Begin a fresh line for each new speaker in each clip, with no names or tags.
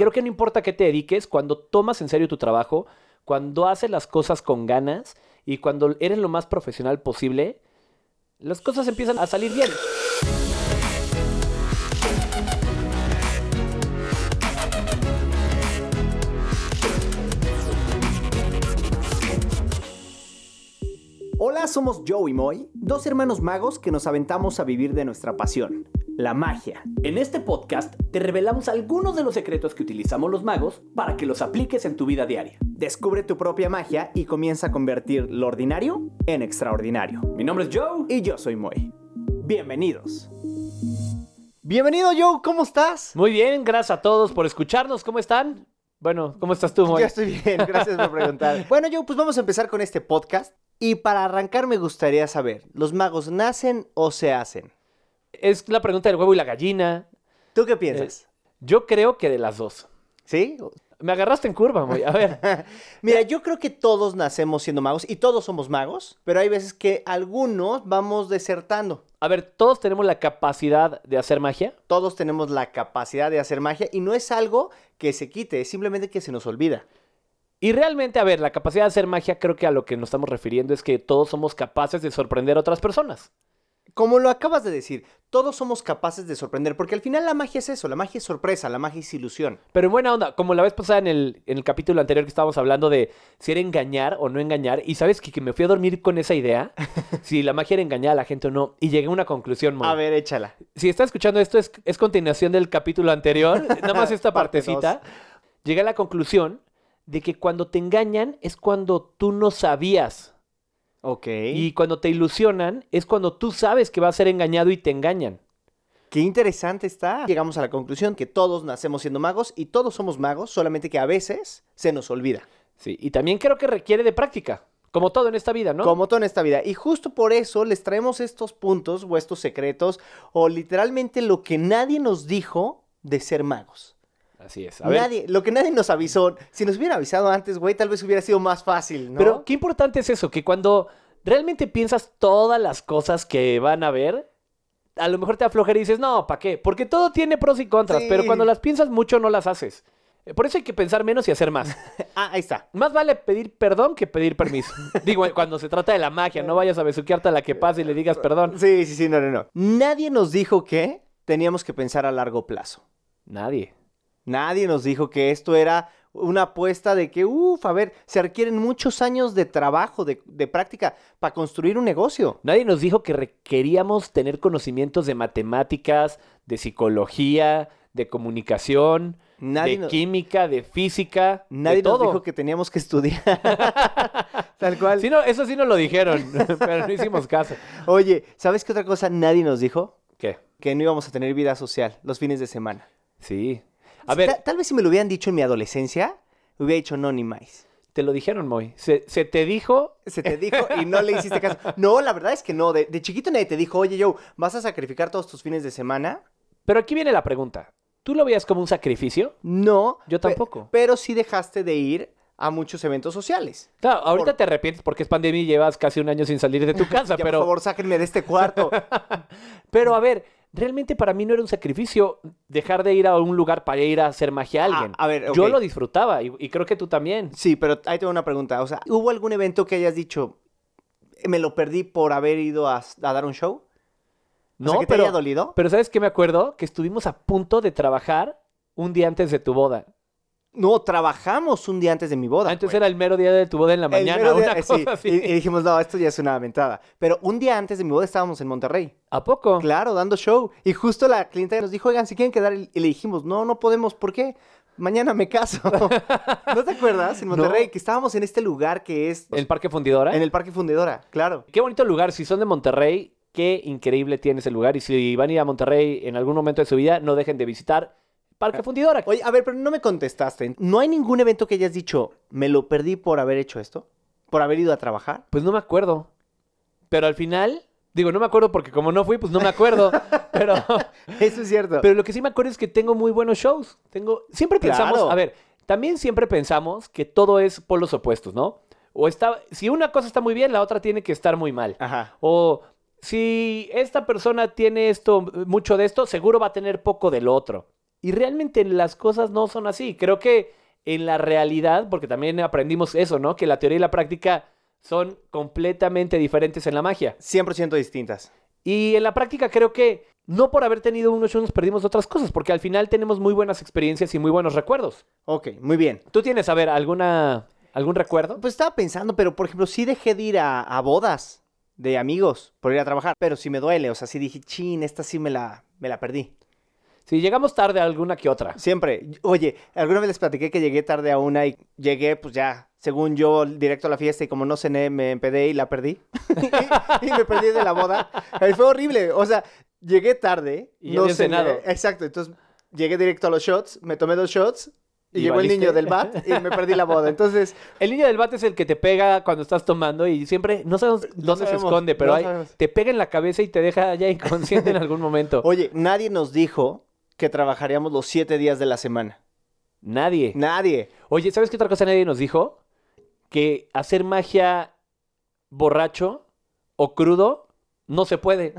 Creo que no importa qué te dediques, cuando tomas en serio tu trabajo, cuando haces las cosas con ganas y cuando eres lo más profesional posible, las cosas empiezan a salir bien.
Hola, somos Joe y Moy, dos hermanos magos que nos aventamos a vivir de nuestra pasión, la magia.
En este podcast te revelamos algunos de los secretos que utilizamos los magos para que los apliques en tu vida diaria.
Descubre tu propia magia y comienza a convertir lo ordinario en extraordinario.
Mi nombre es Joe.
Y yo soy Moy. Bienvenidos. Bienvenido Joe, ¿cómo estás?
Muy bien, gracias a todos por escucharnos. ¿Cómo están? Bueno, ¿cómo estás tú, Moy?
Yo estoy bien, gracias por preguntar. bueno Joe, pues vamos a empezar con este podcast. Y para arrancar me gustaría saber, ¿los magos nacen o se hacen?
Es la pregunta del huevo y la gallina.
¿Tú qué piensas?
Yo creo que de las dos.
¿Sí?
Me agarraste en curva, Moy. A ver.
Mira, yo creo que todos nacemos siendo magos y todos somos magos, pero hay veces que algunos vamos desertando.
A ver, todos tenemos la capacidad de hacer magia.
Todos tenemos la capacidad de hacer magia y no es algo que se quite, es simplemente que se nos olvida.
Y realmente, a ver, la capacidad de hacer magia, creo que a lo que nos estamos refiriendo es que todos somos capaces de sorprender a otras personas.
Como lo acabas de decir, todos somos capaces de sorprender, porque al final la magia es eso, la magia es sorpresa, la magia es ilusión.
Pero en buena onda, como la vez pasada en el, en el capítulo anterior que estábamos hablando de si era engañar o no engañar, y sabes que, que me fui a dormir con esa idea, si la magia era engañar a la gente o no, y llegué a una conclusión, Moy.
A ver, échala.
Si estás escuchando esto, es, es continuación del capítulo anterior, nada más esta
Parte
partecita. Llegué a la conclusión de que cuando te engañan es cuando tú no sabías.
Ok.
Y cuando te ilusionan es cuando tú sabes que vas a ser engañado y te engañan.
Qué interesante está. Llegamos a la conclusión que todos nacemos siendo magos y todos somos magos, solamente que a veces se nos olvida.
Sí, y también creo que requiere de práctica, como todo en esta vida, ¿no?
Como todo en esta vida. Y justo por eso les traemos estos puntos o estos secretos o literalmente lo que nadie nos dijo de ser magos.
Así es. A ver,
Nadie, lo que nadie nos avisó. Si nos hubiera avisado antes, güey, tal vez hubiera sido más fácil, ¿no?
pero qué importante es eso, que cuando realmente piensas todas las cosas que van a ver, a lo mejor te aflojar y dices, no, ¿para qué? Porque todo tiene pros y contras,
Sí.
pero cuando las piensas mucho no las haces. Eh, Por eso hay que pensar menos y hacer más.
Ah, ahí está.
Más vale pedir perdón que pedir permiso. Digo, eh, cuando se trata de la magia, no vayas a besuquearte a la que pase y le digas perdón.
Sí, sí, sí, no, no, no. Nadie nos dijo que teníamos que pensar a largo plazo.
Nadie.
Nadie nos dijo que esto era una apuesta de que, uff, a ver, se requieren muchos años de trabajo, de, de práctica, para construir un negocio.
Nadie nos dijo que requeríamos tener conocimientos de matemáticas, de psicología, de comunicación,
Nadie,
de
no-
química, de física, de
nadie nos
todo.
dijo que teníamos que estudiar. Tal cual.
Sí, no, eso sí nos lo dijeron, pero no hicimos caso.
Oye, ¿sabes qué otra cosa nadie nos dijo?
¿Qué?
Que no íbamos a tener vida social los fines de semana.
Sí. A ver,
Ta- tal vez si me lo hubieran dicho en mi adolescencia, hubiera dicho no ni más.
te lo dijeron, Moy. Se, se te dijo
Se te dijo y no le hiciste caso. No, la verdad es que no. De, de chiquito nadie te dijo, oye, yo, ¿vas a sacrificar todos tus fines de semana?
Pero aquí viene la pregunta. ¿Tú lo veías como un sacrificio?
No.
Yo
pe-
tampoco.
pero sí dejaste de ir a muchos eventos sociales.
Claro, ahorita
Por-
te arrepientes porque es pandemia y llevas casi un año sin salir de tu casa,
Ya,
pero,
Por favor, sáquenme de este cuarto.
pero a ver, realmente para mí no era un sacrificio dejar de ir a un lugar para ir a hacer magia a alguien.
Ah, a ver,
Yo
ok.
lo disfrutaba y, y creo que tú también.
sí, pero ahí tengo una pregunta. O sea, ¿hubo algún evento que hayas dicho, me lo perdí por haber ido a, a dar un show?
No,
o sea, que te
pero,
haya dolido.
pero ¿sabes qué me acuerdo? Que estuvimos a punto de trabajar un día antes de tu boda.
No, trabajamos un día antes de mi boda.
antes
güey.
era el mero día de tu boda en la
El
mañana,
mero día-
una
eh,
cosa
sí,
así.
Y, y dijimos, no, esto ya es una aventada. Pero un día antes de mi boda estábamos en Monterrey.
¿A poco?
Claro, dando show. Y justo la clienta nos dijo, oigan, si quieren quedar. Y le dijimos, no, no podemos, ¿por qué? Mañana me caso. ¿No te acuerdas? En Monterrey,
No.
que estábamos en este lugar que es.
¿El Parque Fundidora?
En el Parque Fundidora, claro.
Qué bonito lugar. Si son de Monterrey, qué increíble tiene ese lugar. Y si van a ir a Monterrey en algún momento de su vida, no dejen de visitar Parque Fundidora.
Oye, a ver, pero no me contestaste. ¿No hay ningún evento que hayas dicho, me lo perdí por haber hecho esto? ¿Por haber ido a trabajar?
Pues no me acuerdo. Pero al final, digo, no me acuerdo porque como no fui, pues no me acuerdo. pero,
Eso es cierto.
pero lo que sí me acuerdo es que tengo muy buenos shows. Tengo, siempre pensamos,
Claro.
a ver, también siempre pensamos que todo es polos opuestos, ¿no? O está, si una cosa está muy bien, la otra tiene que estar muy mal.
Ajá.
O si esta persona tiene esto, mucho de esto, seguro va a tener poco del otro. Y realmente las cosas no son así. Creo que en la realidad, porque también aprendimos eso, ¿no? Que la teoría y la práctica son completamente diferentes en la magia.
100% distintas.
Y en la práctica creo que no por haber tenido unos nos perdimos otras cosas, porque al final tenemos muy buenas experiencias y muy buenos recuerdos.
Ok, muy bien.
¿Tú tienes, a ver, alguna, algún recuerdo?
Pues estaba pensando, pero por ejemplo, sí dejé de ir a, a bodas de amigos por ir a trabajar, pero sí me duele. O sea, sí dije, chin, esta sí me la, me la perdí.
Si llegamos tarde a alguna que otra.
Siempre. Oye, alguna vez les platiqué que llegué tarde a una y llegué, pues ya, según yo, directo a la fiesta y como no cené, me empedé y la perdí. y, y me perdí de la boda. Eh, Fue horrible. O sea, llegué tarde.
Y ya habías
cené.
cenado.
Exacto. Entonces, llegué directo a los shots, me tomé dos shots y,
Y
llegó el
valiste.
niño del bat y me perdí la boda. Entonces,
El niño del bate es el que te pega cuando estás tomando y siempre, no sabemos dónde se
sabemos,
esconde, pero
no
ahí
sabemos.
te pega en la cabeza y te deja ya inconsciente en algún momento.
oye, nadie nos dijo que trabajaríamos los siete días de la semana.
Nadie.
Nadie.
Oye, ¿sabes qué otra cosa nadie nos dijo? Que hacer magia borracho o crudo no se puede.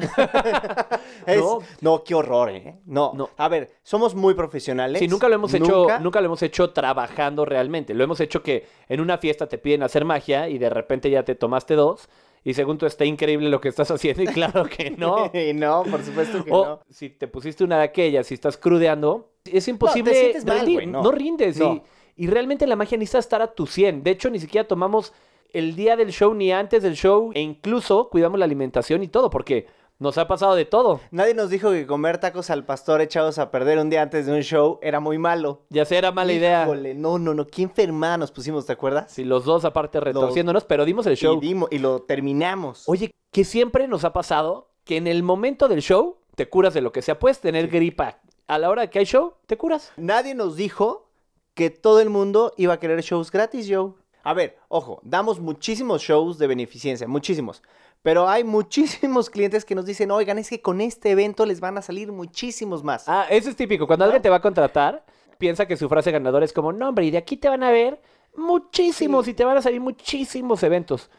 Es-
No.
no. qué horror, ¿eh? No.
No.
A ver, somos muy profesionales.
Sí, nunca lo hemos hecho,
Nunca.
nunca lo hemos hecho trabajando realmente. Lo hemos hecho que en una fiesta te piden hacer magia y de repente ya te tomaste dos y según tú está increíble lo que estás haciendo y claro que no.
Y no, por supuesto que
o
no.
si te pusiste una de aquellas, si estás crudeando, es imposible
sientes mal,
rendir,
güey, no.
rindes y-
No.
Y, realmente la magia necesita estar a tu 100. De hecho, ni siquiera tomamos el día del show ni antes del show e incluso cuidamos la alimentación y todo porque nos ha pasado de todo.
Nadie nos dijo que comer tacos al pastor echados a perder un día antes de un show era muy malo.
Ya sea era mala idea.
Híjole, no, no, no. Qué enfermada nos pusimos, ¿te acuerdas?
Si los dos aparte retorciéndonos, pero dimos el show.
Y, dimos- y lo terminamos.
Oye, que siempre nos ha pasado que en el momento del show te curas de lo que sea. Puedes tener gripa. A la hora que hay show, te curas.
Nadie nos dijo que todo el mundo iba a querer shows gratis, Joe. A ver, ojo, damos muchísimos shows de beneficencia, muchísimos. Pero hay muchísimos clientes que nos dicen, oigan, es que con este evento les van a salir muchísimos más.
Ah, eso es típico. Cuando alguien te va a contratar, piensa que su frase ganadora es como, no, hombre, y de aquí te van a ver muchísimos y te van a salir muchísimos eventos.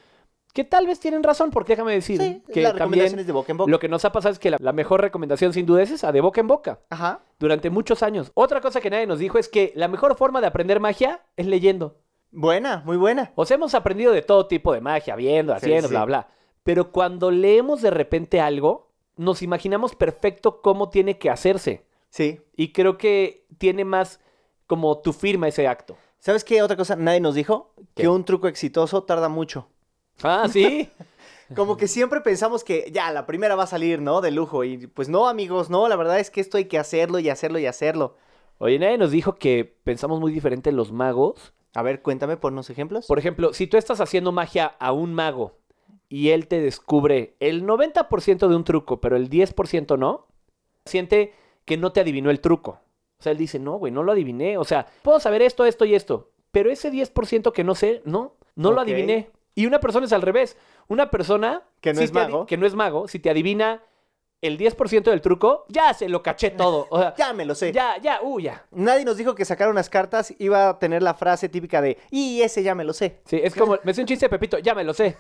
Que tal vez tienen razón, porque déjame decir
sí,
que
las
también
recomendaciones de boca en boca.
lo que nos ha pasado es que la, la mejor recomendación sin duda es esa, de boca en boca,
Ajá.
durante muchos años. Otra cosa que nadie nos dijo es que la mejor forma de aprender magia es leyendo.
Buena, muy buena.
O sea, hemos aprendido de todo tipo de magia, viendo,
Sí,
haciendo,
sí.
bla, bla. Pero cuando leemos de repente algo, nos imaginamos perfecto cómo tiene que hacerse.
Sí.
Y creo que tiene más como tu firma ese acto.
¿Sabes qué otra cosa nadie nos dijo?
¿Qué?
Que un truco exitoso tarda mucho.
Ah, sí.
Como que siempre pensamos que ya, la primera va a salir, ¿no? De lujo. Y pues no, amigos, no, la verdad es que esto hay que hacerlo y hacerlo y hacerlo.
Oye, nadie nos dijo que pensamos muy diferente los magos.
A ver, cuéntame, ponnos ejemplos.
Por ejemplo, si tú estás haciendo magia a un mago y él te descubre el 90% de un truco, pero el 10% no, siente que no te adivinó el truco. O sea, él dice, no, güey, no lo adiviné. O sea, puedo saber esto, esto y esto, pero ese 10% que no sé, no, no lo
Ok.
adiviné. Y una persona es al revés. Una persona
Que no es
te adi-
mago.
que no es mago, si te adivina el 10% del truco, ya se lo caché todo. O sea,
Ya me lo sé.
ya, ya, uh, ya.
Nadie nos dijo que sacar unas cartas iba a tener la frase típica de, y ese ya me lo sé.
Sí, es como, me hace un chiste, Pepito, ya me lo sé.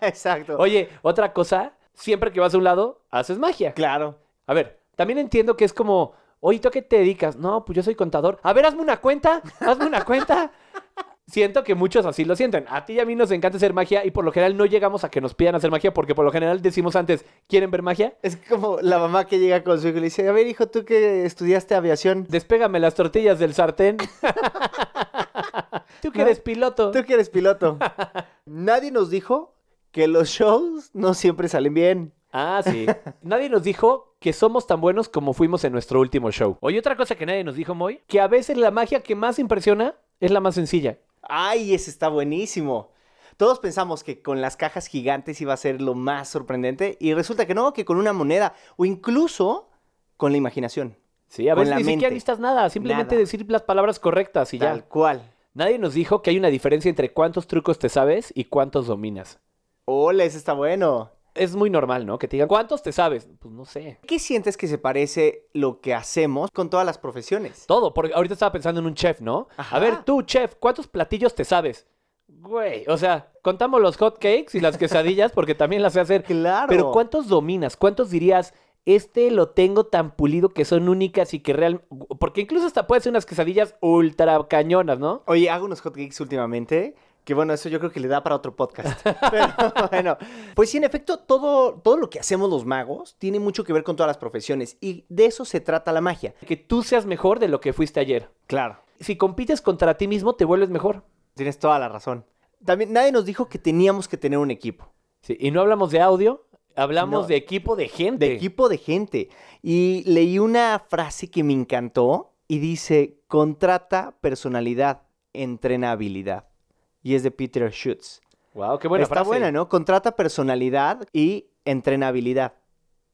Exacto.
Oye, otra cosa, siempre que vas a un lado, haces magia.
Claro.
A ver, también entiendo que es como, oye, ¿tú a qué te dedicas? No, pues yo soy contador. A ver, hazme una cuenta, hazme una cuenta. Siento que muchos así lo sienten. A ti y a mí nos encanta hacer magia y por lo general no llegamos a que nos pidan hacer magia porque por lo general decimos antes, ¿quieren ver magia?
Es como la mamá que llega con su hijo y le dice, a ver, hijo, tú que estudiaste aviación,
Despégame las tortillas del sartén. Tú que
¿No?
eres piloto.
tú que eres piloto. Nadie nos dijo que los shows no siempre salen bien.
Ah, sí. nadie nos dijo que somos tan buenos como fuimos en nuestro último show. Oye, otra cosa que nadie nos dijo, Moy, que a veces la magia que más impresiona es la más sencilla.
¡Ay, ese está buenísimo! Todos pensamos que con las cajas gigantes iba a ser lo más sorprendente y resulta que no, que con una moneda o incluso con la imaginación.
Sí, a
Con
veces
la
ni siquiera
mente.
necesitas nada, simplemente
Nada.
decir las palabras correctas y
Tal
ya.
cual.
Nadie nos dijo que hay una diferencia entre cuántos trucos te sabes y cuántos dominas.
¡Hola, ese está bueno!
Es muy normal, ¿no? Que te digan, ¿cuántos te sabes? Pues no sé.
¿Qué sientes que se parece lo que hacemos con todas las profesiones?
Todo, porque ahorita estaba pensando en un chef, ¿no?
Ajá.
A ver, tú, chef, ¿cuántos platillos te sabes? Güey, o sea, contamos los hot cakes y las quesadillas porque también las sé hacer.
Claro.
Pero ¿cuántos dominas? ¿Cuántos dirías, este lo tengo tan pulido que son únicas y que realmente... Porque incluso hasta puede ser unas quesadillas ultra cañonas, ¿no?
Oye, hago unos hotcakes últimamente. Que bueno, eso yo creo que le da para otro podcast. Pero bueno, pues sí, en efecto, todo, todo lo que hacemos los magos tiene mucho que ver con todas las profesiones y de eso se trata la magia.
Que tú seas mejor de lo que fuiste ayer.
Claro.
Si compites contra ti mismo, te vuelves mejor.
Tienes toda la razón. También nadie nos dijo que teníamos que tener un equipo.
Sí, y no hablamos de audio, hablamos
No.
de equipo de gente.
de equipo de gente. Y leí una frase que me encantó y dice, contrata personalidad, entrena habilidad. Y es de Peter Schutz.
Wow, qué buena
Está
frase.
buena, ¿no? Contrata personalidad y entrenabilidad.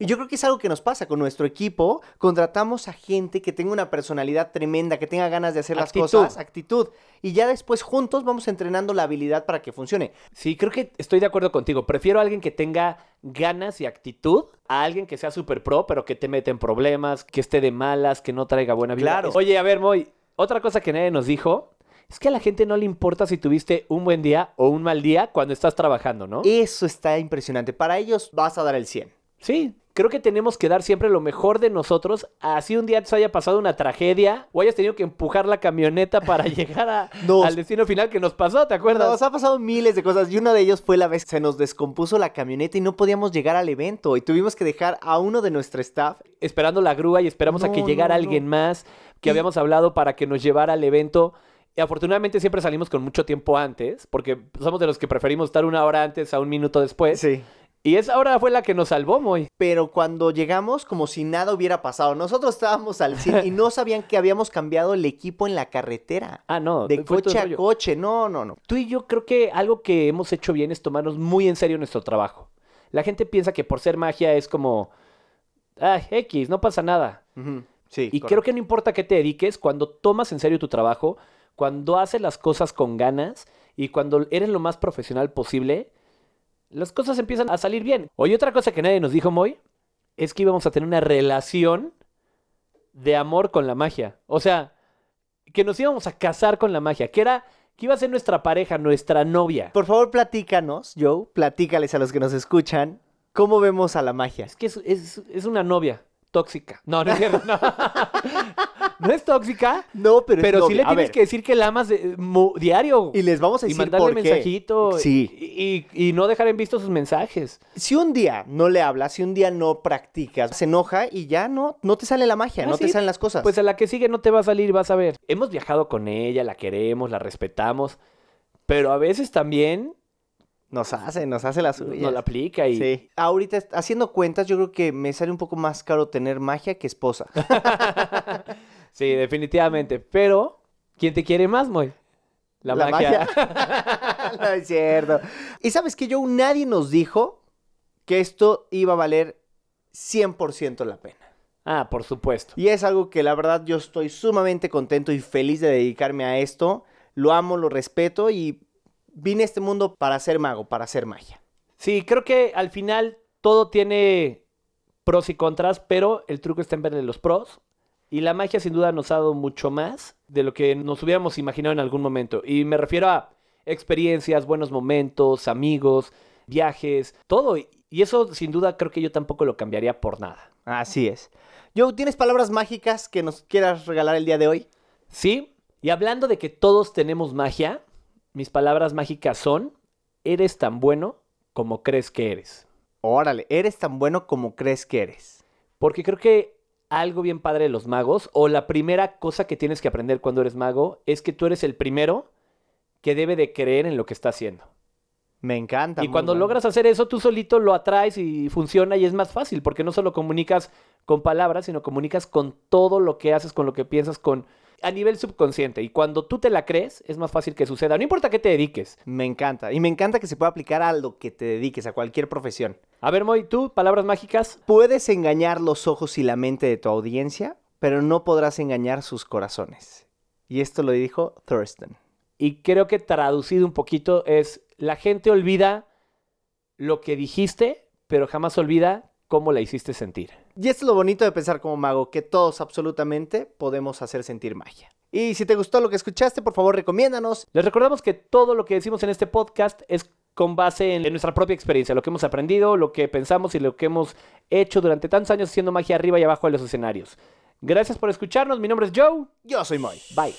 Y yo creo que es algo que nos pasa con nuestro equipo. Contratamos a gente que tenga una personalidad tremenda, que tenga ganas de hacer
Actitud.
las cosas, actitud. Y ya después juntos vamos entrenando la habilidad para que funcione.
Sí, creo que estoy de acuerdo contigo. Prefiero a alguien que tenga ganas y actitud a alguien que sea súper pro, pero que te mete en problemas, que esté de malas, que no traiga buena vida.
Claro.
Oye, a ver, Moy, otra cosa que nadie nos dijo es que a la gente no le importa si tuviste un buen día o un mal día cuando estás trabajando, ¿no?
Eso está impresionante. Para ellos vas a dar el 100.
Sí. Creo que tenemos que dar siempre lo mejor de nosotros. Así un día te haya pasado una tragedia o hayas tenido que empujar la camioneta para llegar a-
Nos-
al destino final que nos pasó, ¿te acuerdas?
Nos ha pasado miles de cosas y una de ellas fue la vez que se nos descompuso la camioneta y no podíamos llegar al evento y tuvimos que dejar a uno de nuestro staff.
esperando la grúa y esperamos a
No,
que
no,
llegara
no.
alguien más que
Y-
habíamos hablado para que nos llevara al evento. Y afortunadamente siempre salimos con mucho tiempo antes, porque somos de los que preferimos estar una hora antes a un minuto después.
Sí.
Y esa hora fue la que nos salvó, Moy.
Pero cuando llegamos como si nada hubiera pasado, nosotros estábamos al 100 y no sabían que habíamos cambiado el equipo en la carretera.
Ah, no.
De
fue todo
coche a
rollo.
coche, no, no, no.
Tú y yo creo que algo que hemos hecho bien es tomarnos muy en serio nuestro trabajo. La gente piensa que por ser magia es como, ay, X, no pasa nada.
Ujú, Sí.
Y
correcto.
creo que no importa qué te dediques, cuando tomas en serio tu trabajo, cuando haces las cosas con ganas y cuando eres lo más profesional posible, las cosas empiezan a salir bien. Oye, otra cosa que nadie nos dijo, Moy, es que íbamos a tener una relación de amor con la magia. O sea, que nos íbamos a casar con la magia, que era que iba a ser nuestra pareja, nuestra novia.
Por favor, platícanos, Joe, platícales a los que nos escuchan cómo vemos a la magia.
Es que es, es- es una novia tóxica. No, no es cierto, no. No es tóxica,
No, pero,
pero,
es
sí
novia.
le
A
tienes
ver,
que decir que la amas de- mu- diario.
Y les vamos a
y
decir
mandarle
por qué.
mensajito.
Sí.
Y, y- y no dejar en visto sus mensajes.
si un día no le hablas, si un día no practicas, se enoja y ya no, no te sale la magia,
Ah,
no
sí.
te salen las cosas.
Pues a la que sigue no te va a salir, vas a ver. Hemos viajado con ella, la queremos, la respetamos. Pero a veces también
nos hace, nos hace la suya.
nos la aplica y.
Sí. Ahorita, est- haciendo cuentas, yo creo que me sale un poco más caro tener magia que esposa.
Sí, definitivamente. Pero, ¿quién te quiere más, Moy? La,
La
magia.
no es cierto. Y sabes que yo, nadie nos dijo que esto iba a valer 100% la pena.
Ah, por supuesto.
Y es algo que la verdad yo estoy sumamente contento y feliz de dedicarme a esto. Lo amo, lo respeto y vine a este mundo para ser mago, para hacer magia.
Sí, creo que al final todo tiene pros y contras, pero el truco está en verle los pros. Y la magia sin duda nos ha dado mucho más de lo que nos hubiéramos imaginado en algún momento. Y me refiero a experiencias, buenos momentos, amigos, viajes, todo. Y y eso sin duda creo que yo tampoco lo cambiaría por nada.
Así es. Joe, ¿tienes palabras mágicas que nos quieras regalar el día de hoy?
¿Sí? Y hablando de que todos tenemos magia, mis palabras mágicas son, eres tan bueno como crees que eres.
Órale, eres tan bueno como crees que eres.
Porque creo que algo bien padre de los magos, o la primera cosa que tienes que aprender cuando eres mago, es que tú eres el primero que debe de creer en lo que está haciendo.
Me encanta.
y
muy
cuando
bueno.
logras hacer eso, tú solito lo atraes y funciona y es más fácil, porque no solo comunicas con palabras, sino comunicas con todo lo que haces, con lo que piensas, con a nivel subconsciente. Y cuando tú te la crees, es más fácil que suceda. No importa qué te dediques.
Me encanta. Y me encanta que se pueda aplicar a lo que te dediques, a cualquier profesión.
A ver, Moy, tú, palabras mágicas.
Puedes engañar los ojos y la mente de tu audiencia, pero no podrás engañar sus corazones. Y esto lo dijo Thurston.
Y creo que traducido un poquito es, la gente olvida lo que dijiste, pero jamás olvida cómo la hiciste sentir.
Y esto es lo bonito de pensar como mago, que todos absolutamente podemos hacer sentir magia. Y si te gustó lo que escuchaste, por favor recomiéndanos.
Les recordamos que todo lo que decimos en este podcast es con base en nuestra propia experiencia, lo que hemos aprendido, lo que pensamos y lo que hemos hecho durante tantos años haciendo magia arriba y abajo de los escenarios. Gracias por escucharnos. Mi nombre es Joe.
Yo soy Moy.
Bye.